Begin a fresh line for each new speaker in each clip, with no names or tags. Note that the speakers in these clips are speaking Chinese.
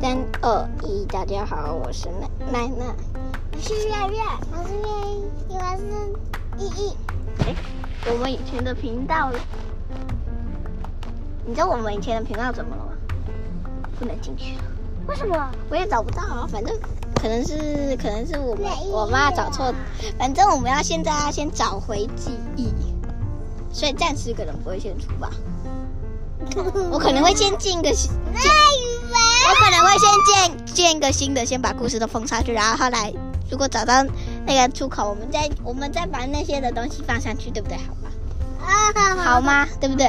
三二一，大家好，我是麦麦麦。
是月月，我是月，我是依依。
哎，我们以前的频道，你知道我们以前的频道怎么了吗？不能进去了，
为什么？
我也找不到啊。反正可能是可能是我
哪一页啊
我妈找错，反正我们要现在要先找回记忆，所以暂时可能不会先出吧。我可能会先进个新，
那
进
语
我
文，
可能会先建建一个新的，先把故事都封上去，然后后来如果找到那个出口，我们再我们再把那些的东西放上去，对不对？好吧，
啊，
好？吗？对不对？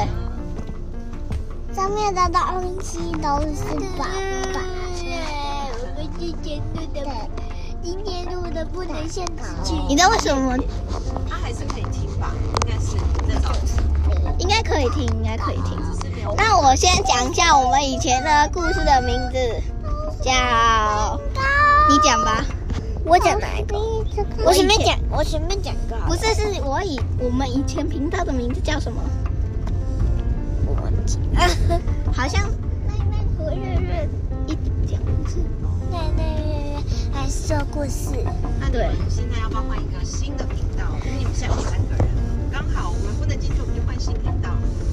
上面的东西都是宝宝。
我们今天录的，今天录的不能限制去。
你知道为什么？
他还是可以听吧，应该是那种，
应该可以听，应该可以听。
只是没有。
那我先讲一下我们以前的故事的名字，叫你讲吧。
我讲哪一个？我随便讲，我随便讲一个好
不
了。
是，是我以我们以前频道的名字叫什么？我忘记了， 好像
妹妹和月月，
一讲不是
奶奶月月还是说故事。
啊，对。
现在要不要换一个新的频道？因为你们现在有三个人，刚好我们不能进去，我们就换新频道。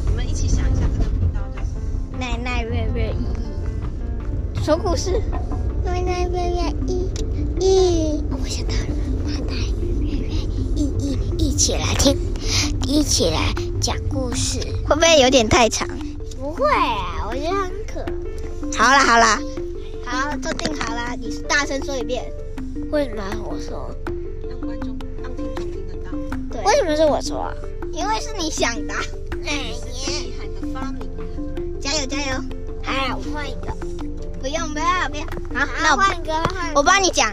你们一起想一下这个频道叫什么？
奈奈瑞瑞依依，说故事。
奶奶月月一，一，
我想到了，
一，一，一起来听，一起来讲故事。
会不会有点太长？
不会啊，我觉得很可
好啦好啦，好，都定好啦，你大声说一遍。
为什么我说？
让观众、让听众听得到。
对，
为什么是我说啊？
因为是你想的啊，
哎
厉害的发明人，
加油加油！
哎，我换一个，
不用不要不要，好，那
啊，
我
换一个，换一个。
我帮你讲，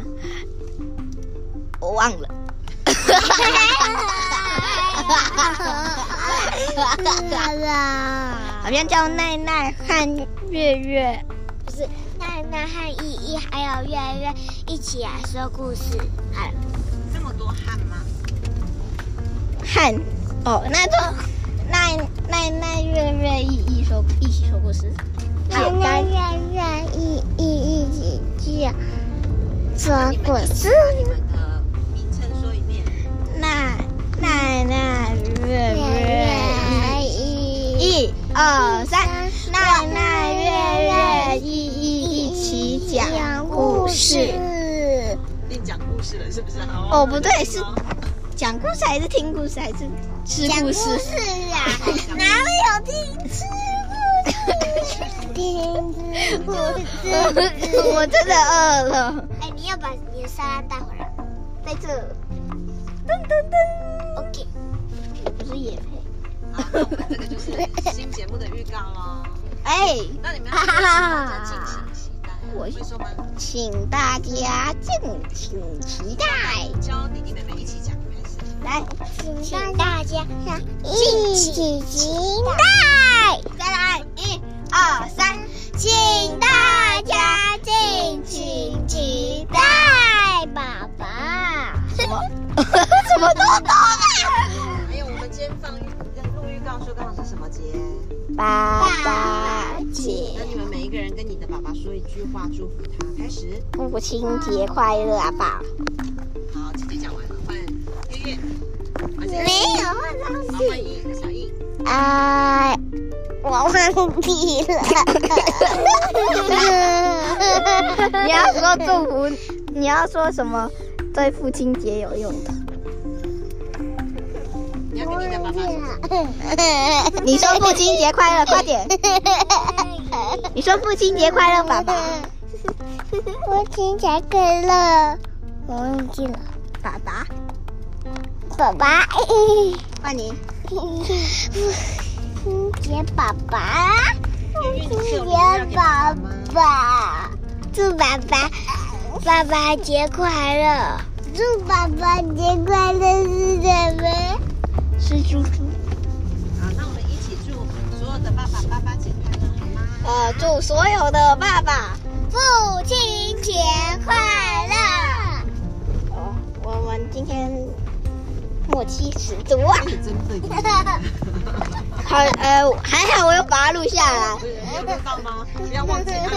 我忘 了。好像叫奈奈和月月，
不是奈奈和依依还有月月一起来说故事。好了，
这么多汗吗？
汉哦，那就奈奈奈月月一一说一起说故事。好，
奈
该
奈月月依依一起去说
你
故
们
事。
你们的名称说一遍。
奈奈奈月
月
月
月依
一，一二三，奈奈月月一
依
一一起讲故事，
你讲故事了是不是？好
哦不对是讲故事还是听故事还是吃故事？
啊，哪有听吃故事？听吃 故事。啊
我真的饿了，
哎，你要把你的沙拉带回来。
在这，
OK，
不是野配。
好啊那我们这个就是新节目的预告喽。
哎，
那你们要说什么？大家敬请期待。啊
我
会说吗？
请大家敬请期待。
教弟弟妹妹一起讲还是？
来，
请大家一起期待。
再来，一、二、三，
嗯请大家敬请期待，爸爸。
什么？什么东东啊？
还哎有我们今天放预录预告说刚好是什么节？
爸爸节
那，你们每一个人跟你的爸爸说一句话祝福他。开始，
父亲节快乐啊，爸！
好，姐姐讲完了，换月月。没
哎
没有换到
好，换一小易。
哎，我忘记了。
你要说祝福，你要说什么对父亲节有用的？
你要跟你的爸爸说。
你说父亲节快乐，快点！你说父亲节快乐，爸 爸。
父亲节快乐！我忘记了，
爸爸，
爸爸。
换你。
父亲节爸爸，
月月，
父
你是
亲
有礼物要
节
给
爸
爸爸吗？
爸，祝爸爸爸爸节快乐，祝爸爸节快乐是什么？
是猪猪。
好，那我们一起祝所有的爸爸爸爸节快乐，好吗？
呃，祝所有的爸爸，
父亲节快 乐！
哦，我们今天默契十足啊！
你真的有。
好，呃，还好我有把它录下来。
有看到吗？不要忘记按哦。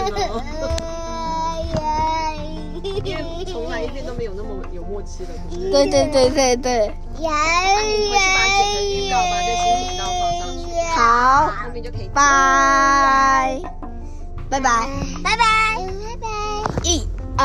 因为从来一遍都没有那么有默契了，对不对？
对对对对哎对，
那你回去把剪成预告，把这新频道放上去，
好，
后面就可以。
拜，拜拜，
拜拜，拜拜。
一二